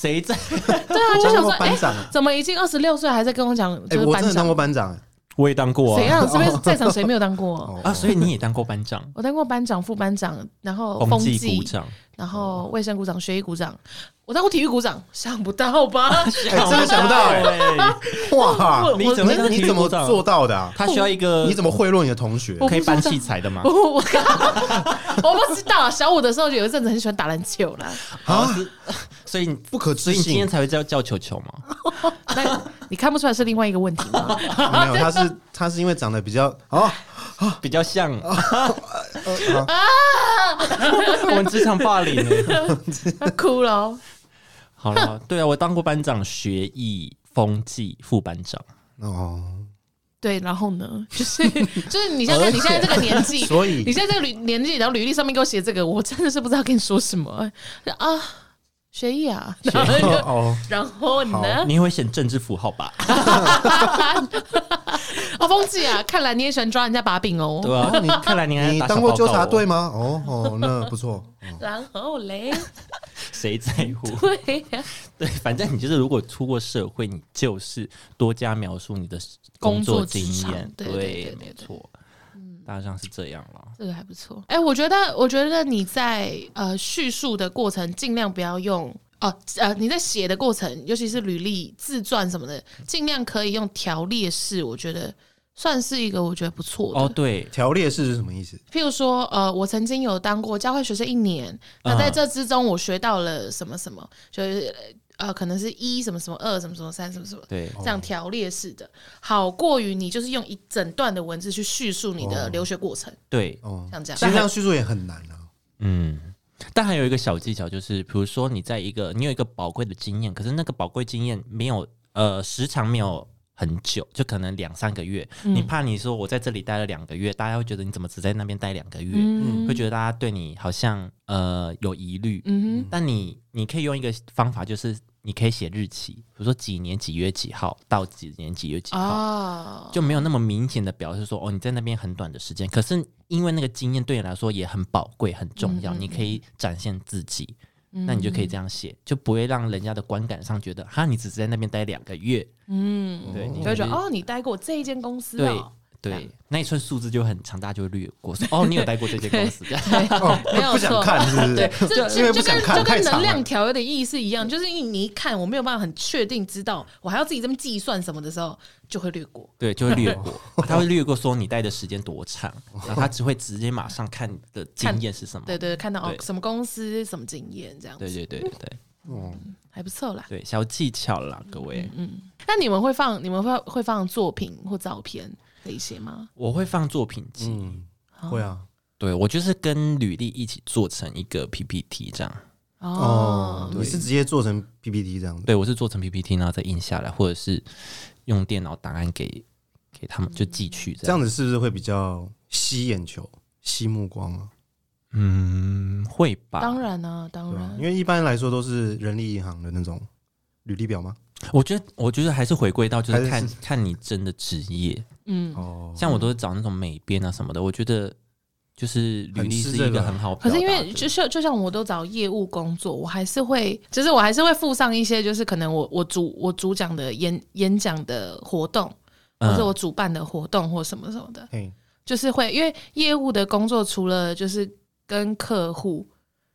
[SPEAKER 2] 谁在？
[SPEAKER 1] 对啊，
[SPEAKER 3] 我
[SPEAKER 1] 就想说
[SPEAKER 3] 当过，
[SPEAKER 1] 哎
[SPEAKER 3] 班，长，哎
[SPEAKER 1] 怎么已经二十六岁还在跟我讲就，是
[SPEAKER 3] 我
[SPEAKER 1] 班
[SPEAKER 3] 真的当
[SPEAKER 1] 长
[SPEAKER 3] 过？班长，哎
[SPEAKER 2] 我也当过
[SPEAKER 1] 谁
[SPEAKER 2] 啊
[SPEAKER 1] 让这边在场谁没有当过？
[SPEAKER 3] 哦
[SPEAKER 2] 啊，所以你也当过班长、
[SPEAKER 1] 我当过班长、副班长，然后
[SPEAKER 2] 风
[SPEAKER 1] 呃风
[SPEAKER 2] 纪
[SPEAKER 1] 纪
[SPEAKER 2] 股，长，
[SPEAKER 1] 然
[SPEAKER 3] 哦
[SPEAKER 1] 后卫生股长、学艺股长，我当过体育股长，想不到吧？
[SPEAKER 3] 哎真
[SPEAKER 1] 哦
[SPEAKER 3] 的想不到，哎
[SPEAKER 2] 哎，
[SPEAKER 3] 哇，
[SPEAKER 1] 我
[SPEAKER 2] 你怎么会当
[SPEAKER 3] 你怎么做到的啊？
[SPEAKER 2] 他需要一个
[SPEAKER 1] 呃
[SPEAKER 3] 你怎么贿赂你的同学？啊
[SPEAKER 1] 我
[SPEAKER 2] 可以搬器材的吗
[SPEAKER 1] 我？我 我不知道，啊小五的时候有一阵子很喜欢打篮球啦。
[SPEAKER 2] 啊，是所以你
[SPEAKER 3] 不可
[SPEAKER 2] 所
[SPEAKER 3] 置
[SPEAKER 2] 以你今天
[SPEAKER 3] 信，
[SPEAKER 2] 才会叫叫球球吗？
[SPEAKER 1] 那你看不出来是另外一个问题吗？
[SPEAKER 3] 哦没有，他是他是因为长得比较哦，
[SPEAKER 1] 啊
[SPEAKER 3] 呃
[SPEAKER 2] 比较像
[SPEAKER 1] 哦
[SPEAKER 2] 我们职场霸凌哎。
[SPEAKER 1] 他哭了哦，
[SPEAKER 2] 好了，对啊，我当过班长、学艺、风纪副班长，
[SPEAKER 3] 哦，
[SPEAKER 1] 对，然后呢， 就是就是你现在你现在这个年纪，
[SPEAKER 3] 所以
[SPEAKER 1] 你现在这个履年纪，然后履历上面给我写这个，我真的是不知道跟你说什么 啊，学艺啊，然后就
[SPEAKER 3] 哦，
[SPEAKER 1] 然后呢，
[SPEAKER 2] 你会选政治符号吧？
[SPEAKER 1] 哦，风纪啊，看来你也喜欢抓人家把柄哦。
[SPEAKER 2] 对啊，
[SPEAKER 3] 哦你
[SPEAKER 2] 看来你还
[SPEAKER 3] 你
[SPEAKER 2] 打小
[SPEAKER 3] 当过
[SPEAKER 2] 报告
[SPEAKER 3] 纠察
[SPEAKER 2] 哦
[SPEAKER 3] 队？吗？哦哦，那不错，哦
[SPEAKER 1] 然后嘞，
[SPEAKER 2] 谁在乎？
[SPEAKER 1] 对呀、
[SPEAKER 2] 对，反正你就是如果出过社会，你就是多加描述你的工
[SPEAKER 1] 工作
[SPEAKER 2] 经
[SPEAKER 1] 职场
[SPEAKER 2] 验，
[SPEAKER 1] 对对对嗯对
[SPEAKER 2] 没
[SPEAKER 1] 对
[SPEAKER 2] 错，大致上是这样了。
[SPEAKER 1] 这个还不错。哎、我觉得，我觉得你在呃叙述的过程，尽量不要用哦呃你在写的过程，尤其是履历、自传什么的，尽量可以用条列式，我觉得算是一个我觉得不错的。
[SPEAKER 2] 哦，对，
[SPEAKER 3] 条列式是什么意思？
[SPEAKER 1] 譬如说，呃，我曾经有当过教会学生一年，那在这之中我学到了什么什么，就是呃，可能是一什么什么，二什么什么，三什么什么，
[SPEAKER 2] 对
[SPEAKER 1] 这样条列式的，好过于你就是用一整段的文字去叙述你的留学过程，
[SPEAKER 2] 对，
[SPEAKER 3] 哦，
[SPEAKER 1] 像这样
[SPEAKER 3] 其。实这样叙述也很难 啊。
[SPEAKER 2] 嗯。但还有一个小技巧，就是比如说你在一个你有一个宝贵的经验，可是那个宝贵经验没有呃时长没有很久，就可能两三个月。
[SPEAKER 1] 嗯
[SPEAKER 2] 你怕你说我在这里待了两个月，大家会觉得你怎么只在那边待两个月？
[SPEAKER 1] 嗯
[SPEAKER 2] 会觉得大家对你好像呃有疑虑。
[SPEAKER 1] 嗯
[SPEAKER 2] 但你你可以用一个方法，就是你可以写日期，比如说几年几月几号到几年几月几
[SPEAKER 1] 哼，
[SPEAKER 2] 号，
[SPEAKER 1] 哦，
[SPEAKER 2] 就没有那么明显的表示说哦你在那边很短的时间，可是因为那个经验对你来说也很宝贵很重要，你可以展现自己。那你就可以这样写，就不会让人家的观感上觉得哈，你只是在那边待两个月，
[SPEAKER 1] 嗯，
[SPEAKER 2] 对，你
[SPEAKER 1] 就会觉
[SPEAKER 2] 是
[SPEAKER 1] 得哦，你待过这一间公司
[SPEAKER 2] 对
[SPEAKER 1] 哦，
[SPEAKER 2] 对，那一串数字就很长，大家就会略过说哦，你 有待过这间公司，这样
[SPEAKER 3] 哦
[SPEAKER 1] 没有，
[SPEAKER 3] 不想
[SPEAKER 1] 错
[SPEAKER 3] 看是不
[SPEAKER 1] 对
[SPEAKER 3] 是？，
[SPEAKER 1] 这
[SPEAKER 3] 因
[SPEAKER 1] 这
[SPEAKER 3] 为不
[SPEAKER 1] 就
[SPEAKER 3] 想
[SPEAKER 1] 跟
[SPEAKER 3] 看
[SPEAKER 1] 就
[SPEAKER 3] 太
[SPEAKER 1] 跟
[SPEAKER 3] 长
[SPEAKER 1] 能
[SPEAKER 3] 了
[SPEAKER 1] 量。条的意思一样，就是因为你一看我没有办法很确定知道，我还要自己这么计算什么的时候，就会略过。
[SPEAKER 2] 对，就会略 过，他会略过说你待的时间多长，然后他只会直接马上看你的经验是什么。
[SPEAKER 1] 对对，看到哦
[SPEAKER 2] 对
[SPEAKER 1] 什么公司什么经验这样
[SPEAKER 2] 对
[SPEAKER 1] 子，
[SPEAKER 2] 对对对对
[SPEAKER 3] 哦，
[SPEAKER 1] 还不错啦。
[SPEAKER 2] 对，小技巧啦，各位，
[SPEAKER 1] 那你们会放你们会会放作品或照片这一些吗？
[SPEAKER 2] 我会放作品集，
[SPEAKER 3] 嗯，
[SPEAKER 1] 哦
[SPEAKER 3] 会啊，
[SPEAKER 2] 对我就是跟履历一起做成一个 PPT 这样。
[SPEAKER 3] 哦
[SPEAKER 1] 哦，，
[SPEAKER 3] 你是直接做成 PPT 这样子，
[SPEAKER 2] 对我是做成 PPT，然后再印下来，或者是用电脑档案给给他们就寄去这
[SPEAKER 3] 这样
[SPEAKER 2] 样。
[SPEAKER 3] 子是不是会比较吸眼球？吸目光啊，
[SPEAKER 2] 嗯，会吧？
[SPEAKER 1] 当然啊，当
[SPEAKER 3] 对吧、
[SPEAKER 1] 然，
[SPEAKER 3] 因为一般来说都是人力银行的那种履历表吗？
[SPEAKER 2] 我觉得，我觉得还是回归到就
[SPEAKER 3] 还
[SPEAKER 2] 是
[SPEAKER 3] 是
[SPEAKER 2] 看
[SPEAKER 3] 是
[SPEAKER 2] 看你真的职业，
[SPEAKER 1] 嗯。
[SPEAKER 3] 哦，
[SPEAKER 2] 像我都是找那种美编啊什么的，我觉得就是履
[SPEAKER 3] 很
[SPEAKER 2] 历
[SPEAKER 3] 吃
[SPEAKER 2] 是
[SPEAKER 3] 这
[SPEAKER 2] 一个
[SPEAKER 3] 个
[SPEAKER 2] 很好
[SPEAKER 1] 可
[SPEAKER 2] 表达的。
[SPEAKER 1] 是因为就像就像我都找业务工作，我还是会，就是我还是会附上一些，就是可能我我主我主讲的演演讲的活动，或者我主办的活动或什么什么的，
[SPEAKER 3] 嘿，
[SPEAKER 1] 就是会因为业务的工作除了就是跟客户，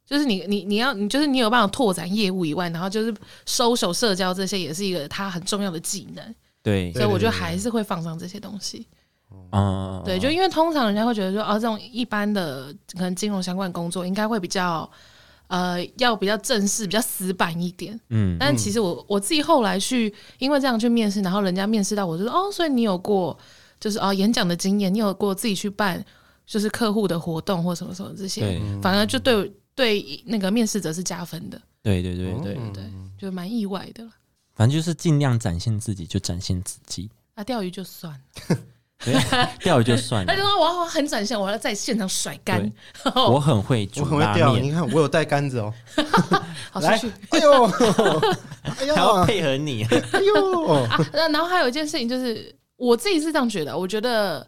[SPEAKER 1] 就是你你你要你就是你有办法拓展业务以外，然后就是收手社交这些也是一个他很重要的技能，
[SPEAKER 2] 对，
[SPEAKER 1] 所以我
[SPEAKER 3] 对对
[SPEAKER 1] 就
[SPEAKER 3] 对
[SPEAKER 1] 还是会放上这些东西。
[SPEAKER 2] 嗯，
[SPEAKER 1] 对，就因为通常人家会觉得说，哦、这种一般的可能金融相关的工作应该会比较，呃，要比较正式、比较死板一点。
[SPEAKER 2] 嗯，
[SPEAKER 1] 但其实我我自己后来去，因为这样去面试，然后人家面试到我就说，哦，所以你有过就是哦演讲的经验，你有过自己去办就是客户的活动或什么什么这些，
[SPEAKER 2] 对
[SPEAKER 1] 反而就对对那个面试者是加分的，
[SPEAKER 2] 对对对对，
[SPEAKER 3] 嗯
[SPEAKER 1] 对就蛮意外的了。
[SPEAKER 2] 反正就是尽量展现自己，就展现自己。
[SPEAKER 1] 啊，钓鱼就算了，
[SPEAKER 2] 对钓鱼就算
[SPEAKER 1] 他就
[SPEAKER 2] 了，
[SPEAKER 1] 说我要很展现，我要在现场甩杆
[SPEAKER 2] 对，我很会
[SPEAKER 3] 我
[SPEAKER 2] 煮
[SPEAKER 3] 很
[SPEAKER 2] 拉
[SPEAKER 3] 会钓，
[SPEAKER 2] 面，
[SPEAKER 3] 你看我有带 杆子哦，
[SPEAKER 1] 好出
[SPEAKER 3] 来
[SPEAKER 1] 去。，
[SPEAKER 3] 哎呦，哎
[SPEAKER 2] 还要啊
[SPEAKER 3] 呦，
[SPEAKER 2] 配合 你。
[SPEAKER 3] 哎呦，
[SPEAKER 1] 啊， 那然后还有一件事情就是，我自己是这样觉得，我觉得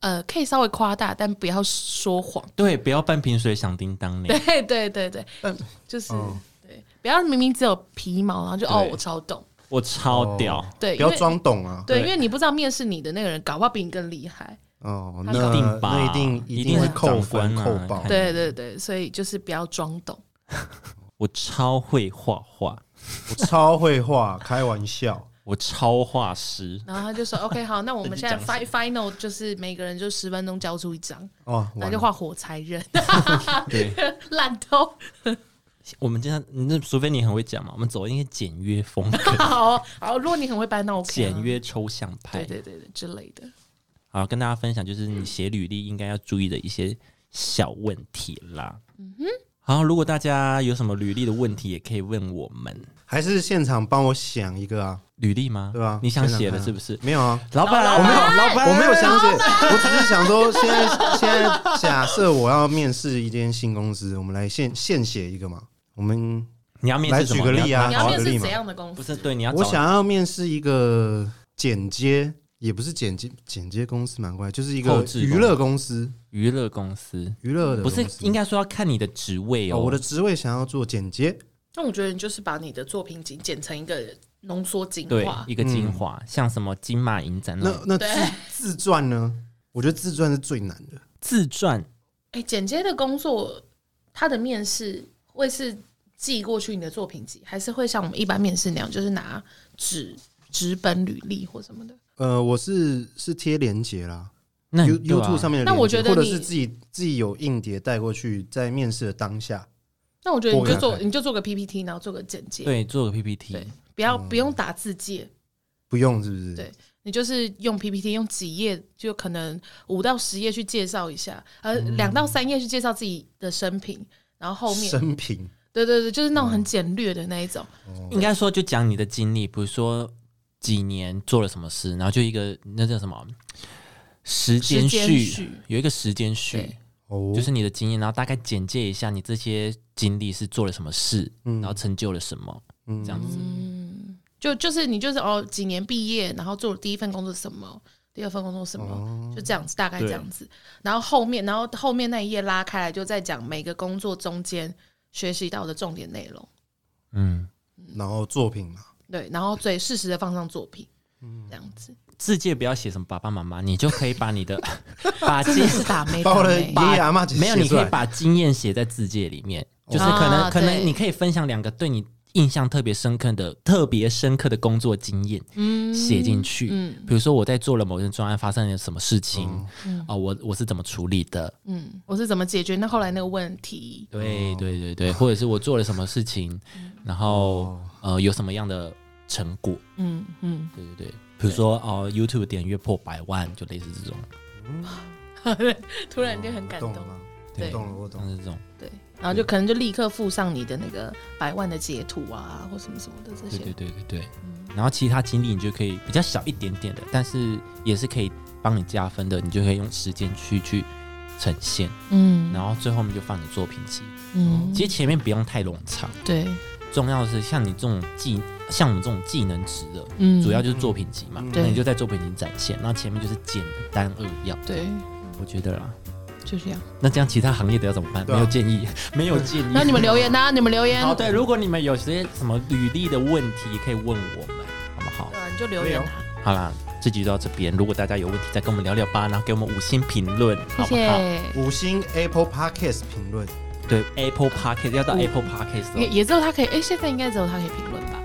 [SPEAKER 1] 呃，可以稍微夸大，但不要说谎。
[SPEAKER 2] 对，不要半瓶水响叮当嘞。
[SPEAKER 1] 对对对对，
[SPEAKER 3] 但
[SPEAKER 1] 就是、
[SPEAKER 3] 哦
[SPEAKER 1] 对，不要明明只有皮毛，然后就哦
[SPEAKER 2] 对，
[SPEAKER 1] 我超懂。
[SPEAKER 2] 我超屌，
[SPEAKER 1] 对，
[SPEAKER 3] 不要
[SPEAKER 1] 因为
[SPEAKER 3] 装懂啊，
[SPEAKER 1] 对，
[SPEAKER 2] 对
[SPEAKER 1] 因为你不知道面试你的那个人，搞不好比你更厉害。
[SPEAKER 3] 哦，
[SPEAKER 1] 他
[SPEAKER 3] 那
[SPEAKER 2] 一定吧
[SPEAKER 3] 那一定
[SPEAKER 2] 一定
[SPEAKER 3] 定会
[SPEAKER 2] 是
[SPEAKER 3] 扣
[SPEAKER 2] 长
[SPEAKER 3] 分
[SPEAKER 2] 官啊
[SPEAKER 3] 扣爆
[SPEAKER 2] 看，
[SPEAKER 1] 对对对，所以就是不要装懂。
[SPEAKER 2] 我超会画画，
[SPEAKER 3] 我超会画，开玩笑，
[SPEAKER 2] 我超画师。
[SPEAKER 1] 然后他就说：“OK，好，那我们现在
[SPEAKER 2] 这
[SPEAKER 1] fi-
[SPEAKER 2] 是
[SPEAKER 1] final 就是每个人就十分钟交出一张，
[SPEAKER 3] 哦，
[SPEAKER 1] 然后
[SPEAKER 3] 完
[SPEAKER 1] 就
[SPEAKER 3] 了
[SPEAKER 1] 画火柴人，
[SPEAKER 2] 对，
[SPEAKER 1] 烂透。，
[SPEAKER 2] 我们经常，那除非你很会讲嘛，我们走一个简约风 格
[SPEAKER 1] 好好，如果你很会搬，那 OK 啊。
[SPEAKER 2] 简约抽象
[SPEAKER 1] 对
[SPEAKER 2] 派。
[SPEAKER 1] 对对对之类的。
[SPEAKER 2] 好，跟大家分享就是你写履历应该要注意的一些小问题啦。嗯哼。好，如果大家有什么履历的问题，也可以问我们。
[SPEAKER 3] 还是现场帮我想一个啊，
[SPEAKER 2] 履历吗？
[SPEAKER 3] 对吧？
[SPEAKER 2] 你想
[SPEAKER 3] 现场
[SPEAKER 2] 写了
[SPEAKER 3] 看啊
[SPEAKER 2] 是不是？
[SPEAKER 3] 没有啊，
[SPEAKER 2] 老板，
[SPEAKER 3] 我没有，老
[SPEAKER 2] 板
[SPEAKER 3] 我没有想写，我只是想说，现在现在假设我要面试一间新公司，我们来现现写一个嘛。我们
[SPEAKER 2] 你要面试什么？
[SPEAKER 3] 来举个例啊
[SPEAKER 1] 你
[SPEAKER 2] 你
[SPEAKER 1] 要
[SPEAKER 2] 要
[SPEAKER 1] 面
[SPEAKER 3] 好
[SPEAKER 1] 试
[SPEAKER 3] 例嘛
[SPEAKER 1] 怎样的公
[SPEAKER 2] 不
[SPEAKER 1] 司？
[SPEAKER 2] 是对，你要
[SPEAKER 3] 我
[SPEAKER 2] 找
[SPEAKER 3] 想要面试一个剪接，也不是剪接剪接公司，蛮怪，就是一
[SPEAKER 2] 后
[SPEAKER 3] 个
[SPEAKER 2] 置公司
[SPEAKER 3] 娱乐公司，
[SPEAKER 2] 娱乐公司，
[SPEAKER 3] 娱乐的
[SPEAKER 2] 不是
[SPEAKER 3] 公司
[SPEAKER 2] 应该说要看你的职位哦。
[SPEAKER 3] 哦，我的职位想要做剪接，
[SPEAKER 1] 那我觉得你就是把你的作品集剪成一个浓缩精
[SPEAKER 2] 对
[SPEAKER 1] 华，
[SPEAKER 2] 一个精华，像什么金马影展那
[SPEAKER 3] 嗯
[SPEAKER 2] 啊种
[SPEAKER 3] 那那
[SPEAKER 1] 对
[SPEAKER 3] 自自传呢？我觉得自传是最难的。
[SPEAKER 2] 自传，
[SPEAKER 1] 哎、剪接的工作，他的面试会是寄过去你的作品集，还是会像我们一般面试那样，就是拿纸纸本履历或什么的？
[SPEAKER 3] 呃，我是是贴连接啦
[SPEAKER 2] 那
[SPEAKER 3] ，You
[SPEAKER 2] 你对啊
[SPEAKER 3] YouTube 上面的连结，
[SPEAKER 1] 那我觉得
[SPEAKER 3] 或者
[SPEAKER 1] 你
[SPEAKER 3] 是自己自己有硬碟带过去，在面试的当下，
[SPEAKER 1] 那我觉得你就
[SPEAKER 3] 我
[SPEAKER 1] 做，
[SPEAKER 3] 看看
[SPEAKER 1] 你就做个 PPT，然后做个简介，
[SPEAKER 2] 对做个 PPT，
[SPEAKER 1] 对不要、不用打字界，
[SPEAKER 3] 不用是不是？
[SPEAKER 1] 对你就是用 PPT 用几页，就可能五到十页去介绍一下，呃，
[SPEAKER 2] 嗯
[SPEAKER 1] 两、到三页去介绍自己的生平，然后后面
[SPEAKER 3] 生平
[SPEAKER 1] 对对对，就是那种
[SPEAKER 3] 嗯
[SPEAKER 1] 很简略的那一种。
[SPEAKER 2] 应该说就讲你的经历，比如说几年做了什么事，然后就一个那叫什么时间
[SPEAKER 1] 时间序
[SPEAKER 2] 序，有一个时间序
[SPEAKER 1] 对，
[SPEAKER 3] 哦，
[SPEAKER 2] 就是你的经验，然后大概简介一下你这些经历是做了什么事，
[SPEAKER 3] 嗯
[SPEAKER 2] 然后成就了什么，这样子。
[SPEAKER 1] 嗯就就是你就是哦，几年毕业，然后做第一份工作是什么，第二份工作是什么，
[SPEAKER 3] 哦
[SPEAKER 1] 就这样子，大概这样子。然后后面，然后后面那一页拉开来，就在讲每个工作中间学习到的重点内容。
[SPEAKER 2] 嗯，
[SPEAKER 3] 然后作品嘛，
[SPEAKER 1] 对，然后最适时的放上作品，
[SPEAKER 3] 嗯
[SPEAKER 1] 这样子。
[SPEAKER 2] 字界不要写什么爸爸妈妈，你就可以把你的 把经
[SPEAKER 1] 是打妹
[SPEAKER 3] 把
[SPEAKER 1] 打
[SPEAKER 3] 我的
[SPEAKER 1] 妹
[SPEAKER 3] 爷。
[SPEAKER 2] 把
[SPEAKER 3] 爷阿妈
[SPEAKER 2] 没有，你可以把经验写在字界里面，就是可能、
[SPEAKER 1] 啊
[SPEAKER 2] 可
[SPEAKER 1] 对
[SPEAKER 2] 能你可以分享两个对你印象特别深刻的、特别深刻的工作经验，
[SPEAKER 1] 嗯
[SPEAKER 2] 写进去。
[SPEAKER 1] 嗯
[SPEAKER 2] 比如说我在做了某件专案，发生了什么事情啊、我我是怎么处理的？
[SPEAKER 1] 嗯，我是怎么解决那后来那个问题？
[SPEAKER 2] 对对对对，或者是我做了什么事情，然后呃有什么样的成果？
[SPEAKER 1] 嗯嗯，
[SPEAKER 2] 对对对，比如说哦、YouTube 点阅破百万，就类似这种，
[SPEAKER 1] 突然间很感动
[SPEAKER 3] 懂。了吗，
[SPEAKER 1] 对
[SPEAKER 3] 我懂了，我懂
[SPEAKER 2] 像
[SPEAKER 3] 了。
[SPEAKER 2] 是这种，
[SPEAKER 1] 对，然后就可能就立刻附上你的那个百万的截图啊，或什么什么的这
[SPEAKER 2] 对
[SPEAKER 1] 些。嗯
[SPEAKER 2] 对对对对。然后其他经历你就可以比较小一点点的，但是也是可以帮你加分的，你就可以用时间去去呈现，
[SPEAKER 1] 嗯
[SPEAKER 2] 然后最后面就放你作品集。
[SPEAKER 1] 嗯，
[SPEAKER 2] 其实前面不用太冗长，
[SPEAKER 1] 对，
[SPEAKER 2] 重要的是像你这种技，像我们这种技能值的，
[SPEAKER 1] 嗯，
[SPEAKER 2] 主要就是作品集嘛，
[SPEAKER 3] 嗯
[SPEAKER 2] 那
[SPEAKER 1] 对
[SPEAKER 2] 你就在作品集展现，那前面就是简单扼要。
[SPEAKER 1] 对，
[SPEAKER 2] 我觉得
[SPEAKER 1] 嗯
[SPEAKER 2] 啦，
[SPEAKER 1] 就这样。
[SPEAKER 2] 那这样其他行业的要怎么办？
[SPEAKER 3] 对
[SPEAKER 2] 没
[SPEAKER 3] 啊
[SPEAKER 2] 有建议， 没有建议。
[SPEAKER 1] 那你们留言呐、你们留言，
[SPEAKER 2] 好，对，如果你们有些什么履历的问题，可以问我们，好不好
[SPEAKER 1] 对？啊，你就留言啊。
[SPEAKER 2] 好啦，这集就到这边。如果大家有问题，再跟我们聊聊吧，然后给我们五星评论，好不
[SPEAKER 1] 谢
[SPEAKER 2] 好？
[SPEAKER 1] 谢。
[SPEAKER 3] 五星 Apple Podcast 评论，
[SPEAKER 2] 对，Apple Podcast 要到 Apple Podcast，
[SPEAKER 1] 嗯也
[SPEAKER 2] 哦
[SPEAKER 1] 也只有他可以，哎、现在应该只有他可以评论吧？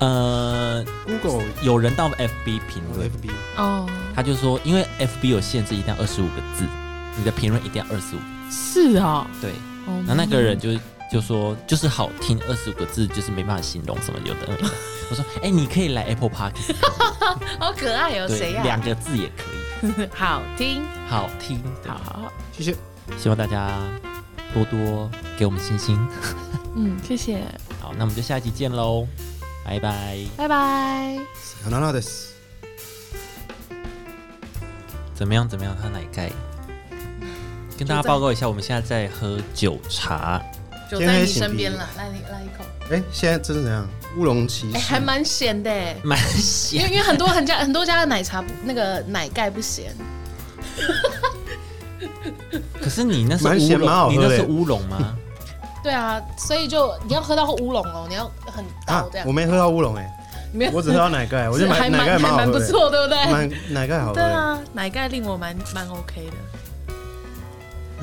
[SPEAKER 2] 呃，
[SPEAKER 3] Google
[SPEAKER 2] 有人到 FB 评论，
[SPEAKER 3] FB
[SPEAKER 1] 哦，
[SPEAKER 2] 他就说，因为 FB 有限制，一定要二十五个字，你的评论一定要二十五。
[SPEAKER 1] 是哦，
[SPEAKER 2] 对，
[SPEAKER 1] 哦
[SPEAKER 2] 然后那个人就就说，就是好听，二十五个字就是没办法形容什么有的没 的。我说，哎、你可以来 Apple Podcast，
[SPEAKER 1] 好可爱哦，谁
[SPEAKER 2] 对，
[SPEAKER 1] 呀、
[SPEAKER 2] 两个字也可以，
[SPEAKER 1] 好听，
[SPEAKER 2] 好听。对
[SPEAKER 1] 好好好，
[SPEAKER 3] 谢谢。
[SPEAKER 2] 希望大家多多给我们信心。
[SPEAKER 1] 嗯，谢谢，
[SPEAKER 2] 好，那我们就下一集见喽，拜拜。
[SPEAKER 1] 拜拜。
[SPEAKER 3] 好，那那的是。
[SPEAKER 2] 怎么样？怎么样？他奶盖？跟大家报告一下，我们现在在喝酒茶。
[SPEAKER 1] 就
[SPEAKER 3] 天
[SPEAKER 1] 在
[SPEAKER 3] 黑
[SPEAKER 1] 你
[SPEAKER 3] 请
[SPEAKER 1] 身
[SPEAKER 3] 闭
[SPEAKER 1] 边
[SPEAKER 3] 眼
[SPEAKER 1] 了，来你来一口，
[SPEAKER 3] 哎，现在这是怎样？乌龙骑
[SPEAKER 1] 哎、
[SPEAKER 3] 士
[SPEAKER 1] 还蛮咸的哎，
[SPEAKER 2] 蛮
[SPEAKER 1] 因为
[SPEAKER 2] 咸，
[SPEAKER 1] 因为很多很家很多家的奶茶不那个奶盖不咸，
[SPEAKER 2] 可是你那是
[SPEAKER 3] 蛮
[SPEAKER 2] 乌
[SPEAKER 3] 咸蛮好
[SPEAKER 2] 龙，
[SPEAKER 3] 喝
[SPEAKER 2] 你那
[SPEAKER 3] 的
[SPEAKER 2] 是乌龙吗？
[SPEAKER 1] 对啊，所以就你要喝到乌龙哦，你要很
[SPEAKER 3] 啊
[SPEAKER 1] 倒这样，，
[SPEAKER 3] 我没喝到乌龙哎，
[SPEAKER 1] 你没有
[SPEAKER 3] 我只喝到 奶盖，我觉得
[SPEAKER 1] 还蛮
[SPEAKER 3] 奶奶盖
[SPEAKER 1] 还
[SPEAKER 3] 蛮好
[SPEAKER 1] 蛮
[SPEAKER 3] 喝
[SPEAKER 1] 不
[SPEAKER 3] 的，
[SPEAKER 1] 错，对不对？
[SPEAKER 3] 蛮奶盖好喝
[SPEAKER 1] 对
[SPEAKER 3] 的。
[SPEAKER 1] 啊，奶盖令我蛮蛮 OK 的，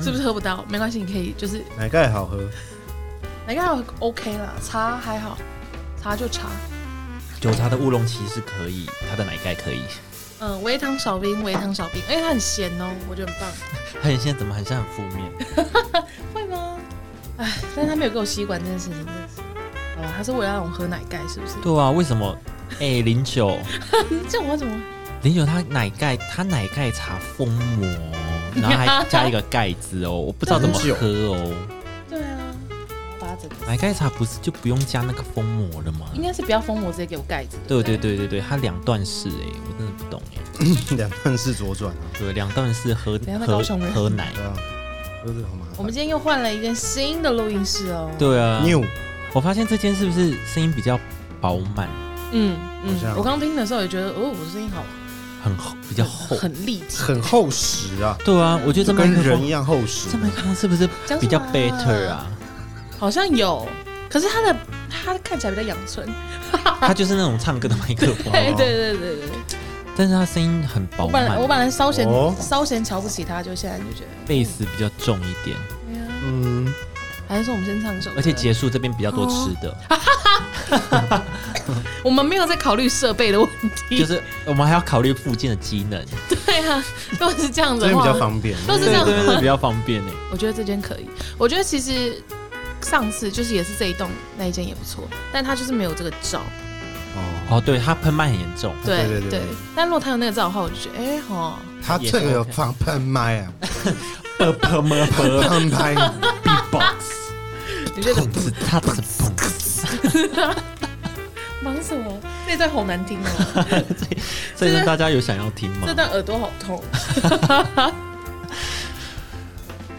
[SPEAKER 1] 是
[SPEAKER 3] 嗯
[SPEAKER 1] 不是喝不到？没关系，你可以就是
[SPEAKER 3] 哎奶盖好喝，
[SPEAKER 1] 奶盖还 OK 啦，茶还好，茶就茶，
[SPEAKER 2] 酒茶的乌龙其实可以，它的奶盖可以。
[SPEAKER 1] 嗯，微糖少冰，微糖少冰，哎，它很咸哦，我觉得很棒，
[SPEAKER 2] 很 现在怎么很像很负面？
[SPEAKER 1] 会吗？哎，但是他没有给我吸管这件事情，真的是。好了，他是为了让我喝奶盖，是不是？
[SPEAKER 2] 对啊，为什么？哎、零九
[SPEAKER 1] 这样我怎么？
[SPEAKER 2] 零九，它奶盖它奶盖茶封 膜，然后还加一个盖子哦，我不知道怎么喝哦。
[SPEAKER 1] 对啊，把它整个，
[SPEAKER 2] 奶盖茶不是就不用加那个封膜了吗？
[SPEAKER 1] 应该是不要封膜，直接给我盖子。
[SPEAKER 2] 对
[SPEAKER 1] 不
[SPEAKER 2] 对，对对对，它两段式哎、我真的不懂哎、
[SPEAKER 3] 两段式左转啊，
[SPEAKER 2] 对，两段式喝
[SPEAKER 1] 等一下那
[SPEAKER 2] 喝
[SPEAKER 1] 高雄人
[SPEAKER 2] 喝奶
[SPEAKER 3] 对。啊，都是好麻
[SPEAKER 1] 我
[SPEAKER 3] 烦
[SPEAKER 1] 们。今天又换了一间新的录音室哦。，
[SPEAKER 2] 对啊，
[SPEAKER 3] New
[SPEAKER 2] 我发现这间是不是声音比较饱满，
[SPEAKER 1] 嗯
[SPEAKER 3] 好像
[SPEAKER 1] 嗯，我刚听的时候也觉得，哦，我的声音好
[SPEAKER 2] 很厚，比较厚。
[SPEAKER 1] 很立体。
[SPEAKER 3] 很厚实啊，
[SPEAKER 2] 对啊，我觉得这
[SPEAKER 3] 就
[SPEAKER 2] 麦
[SPEAKER 3] 跟
[SPEAKER 2] 克
[SPEAKER 3] 人一
[SPEAKER 2] 风，
[SPEAKER 3] 样厚实
[SPEAKER 2] 这。麦克风是不是
[SPEAKER 1] 讲什么啊
[SPEAKER 2] 比较 better 啊？
[SPEAKER 1] 好像有，可是他的他看起来比较阳春。
[SPEAKER 2] 它就是那种唱歌的麦克风，哦
[SPEAKER 1] 对对对对对，
[SPEAKER 2] 但是它声音很饱
[SPEAKER 1] 我本
[SPEAKER 2] 满
[SPEAKER 1] 来我，本来稍嫌
[SPEAKER 3] 哦
[SPEAKER 1] 稍嫌瞧不起他，就现在就觉得，
[SPEAKER 2] 贝斯比较重一点，
[SPEAKER 1] 哎呀
[SPEAKER 3] 嗯，
[SPEAKER 1] 还是说我们先唱一首歌，
[SPEAKER 2] 而且结束这边比较多吃的，
[SPEAKER 1] 哦我们没有在考虑设备的问题，
[SPEAKER 2] 就是我们还要考虑附近的机能，
[SPEAKER 1] 对啊，如果是这样子的
[SPEAKER 3] 这边比较
[SPEAKER 1] 话，
[SPEAKER 3] 方便。
[SPEAKER 1] 都是这
[SPEAKER 2] 对，
[SPEAKER 1] 样
[SPEAKER 2] 这边是比较方便欸诶。
[SPEAKER 1] 我觉得这间可以。我觉得其实上次就是也是这一栋那一间也不错，但他就是没有这个罩，
[SPEAKER 3] 哦，
[SPEAKER 2] 哦，对，它喷麦很 严重，
[SPEAKER 1] 对
[SPEAKER 3] 对对对
[SPEAKER 1] 但如果他有那个罩的话，我就觉得哎哈，
[SPEAKER 3] 他这个有放喷麦啊，
[SPEAKER 2] 啵啵么啵
[SPEAKER 3] 喷麦，
[SPEAKER 2] ，beatbox，
[SPEAKER 1] 你觉得
[SPEAKER 2] 砰呲它呲砰呲，
[SPEAKER 1] 忙什么？这段好难听 哦，
[SPEAKER 2] 这是大家有想要听吗
[SPEAKER 1] 这？段耳朵好痛。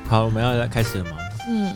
[SPEAKER 2] 好，我们要来开始了吗？
[SPEAKER 1] 嗯，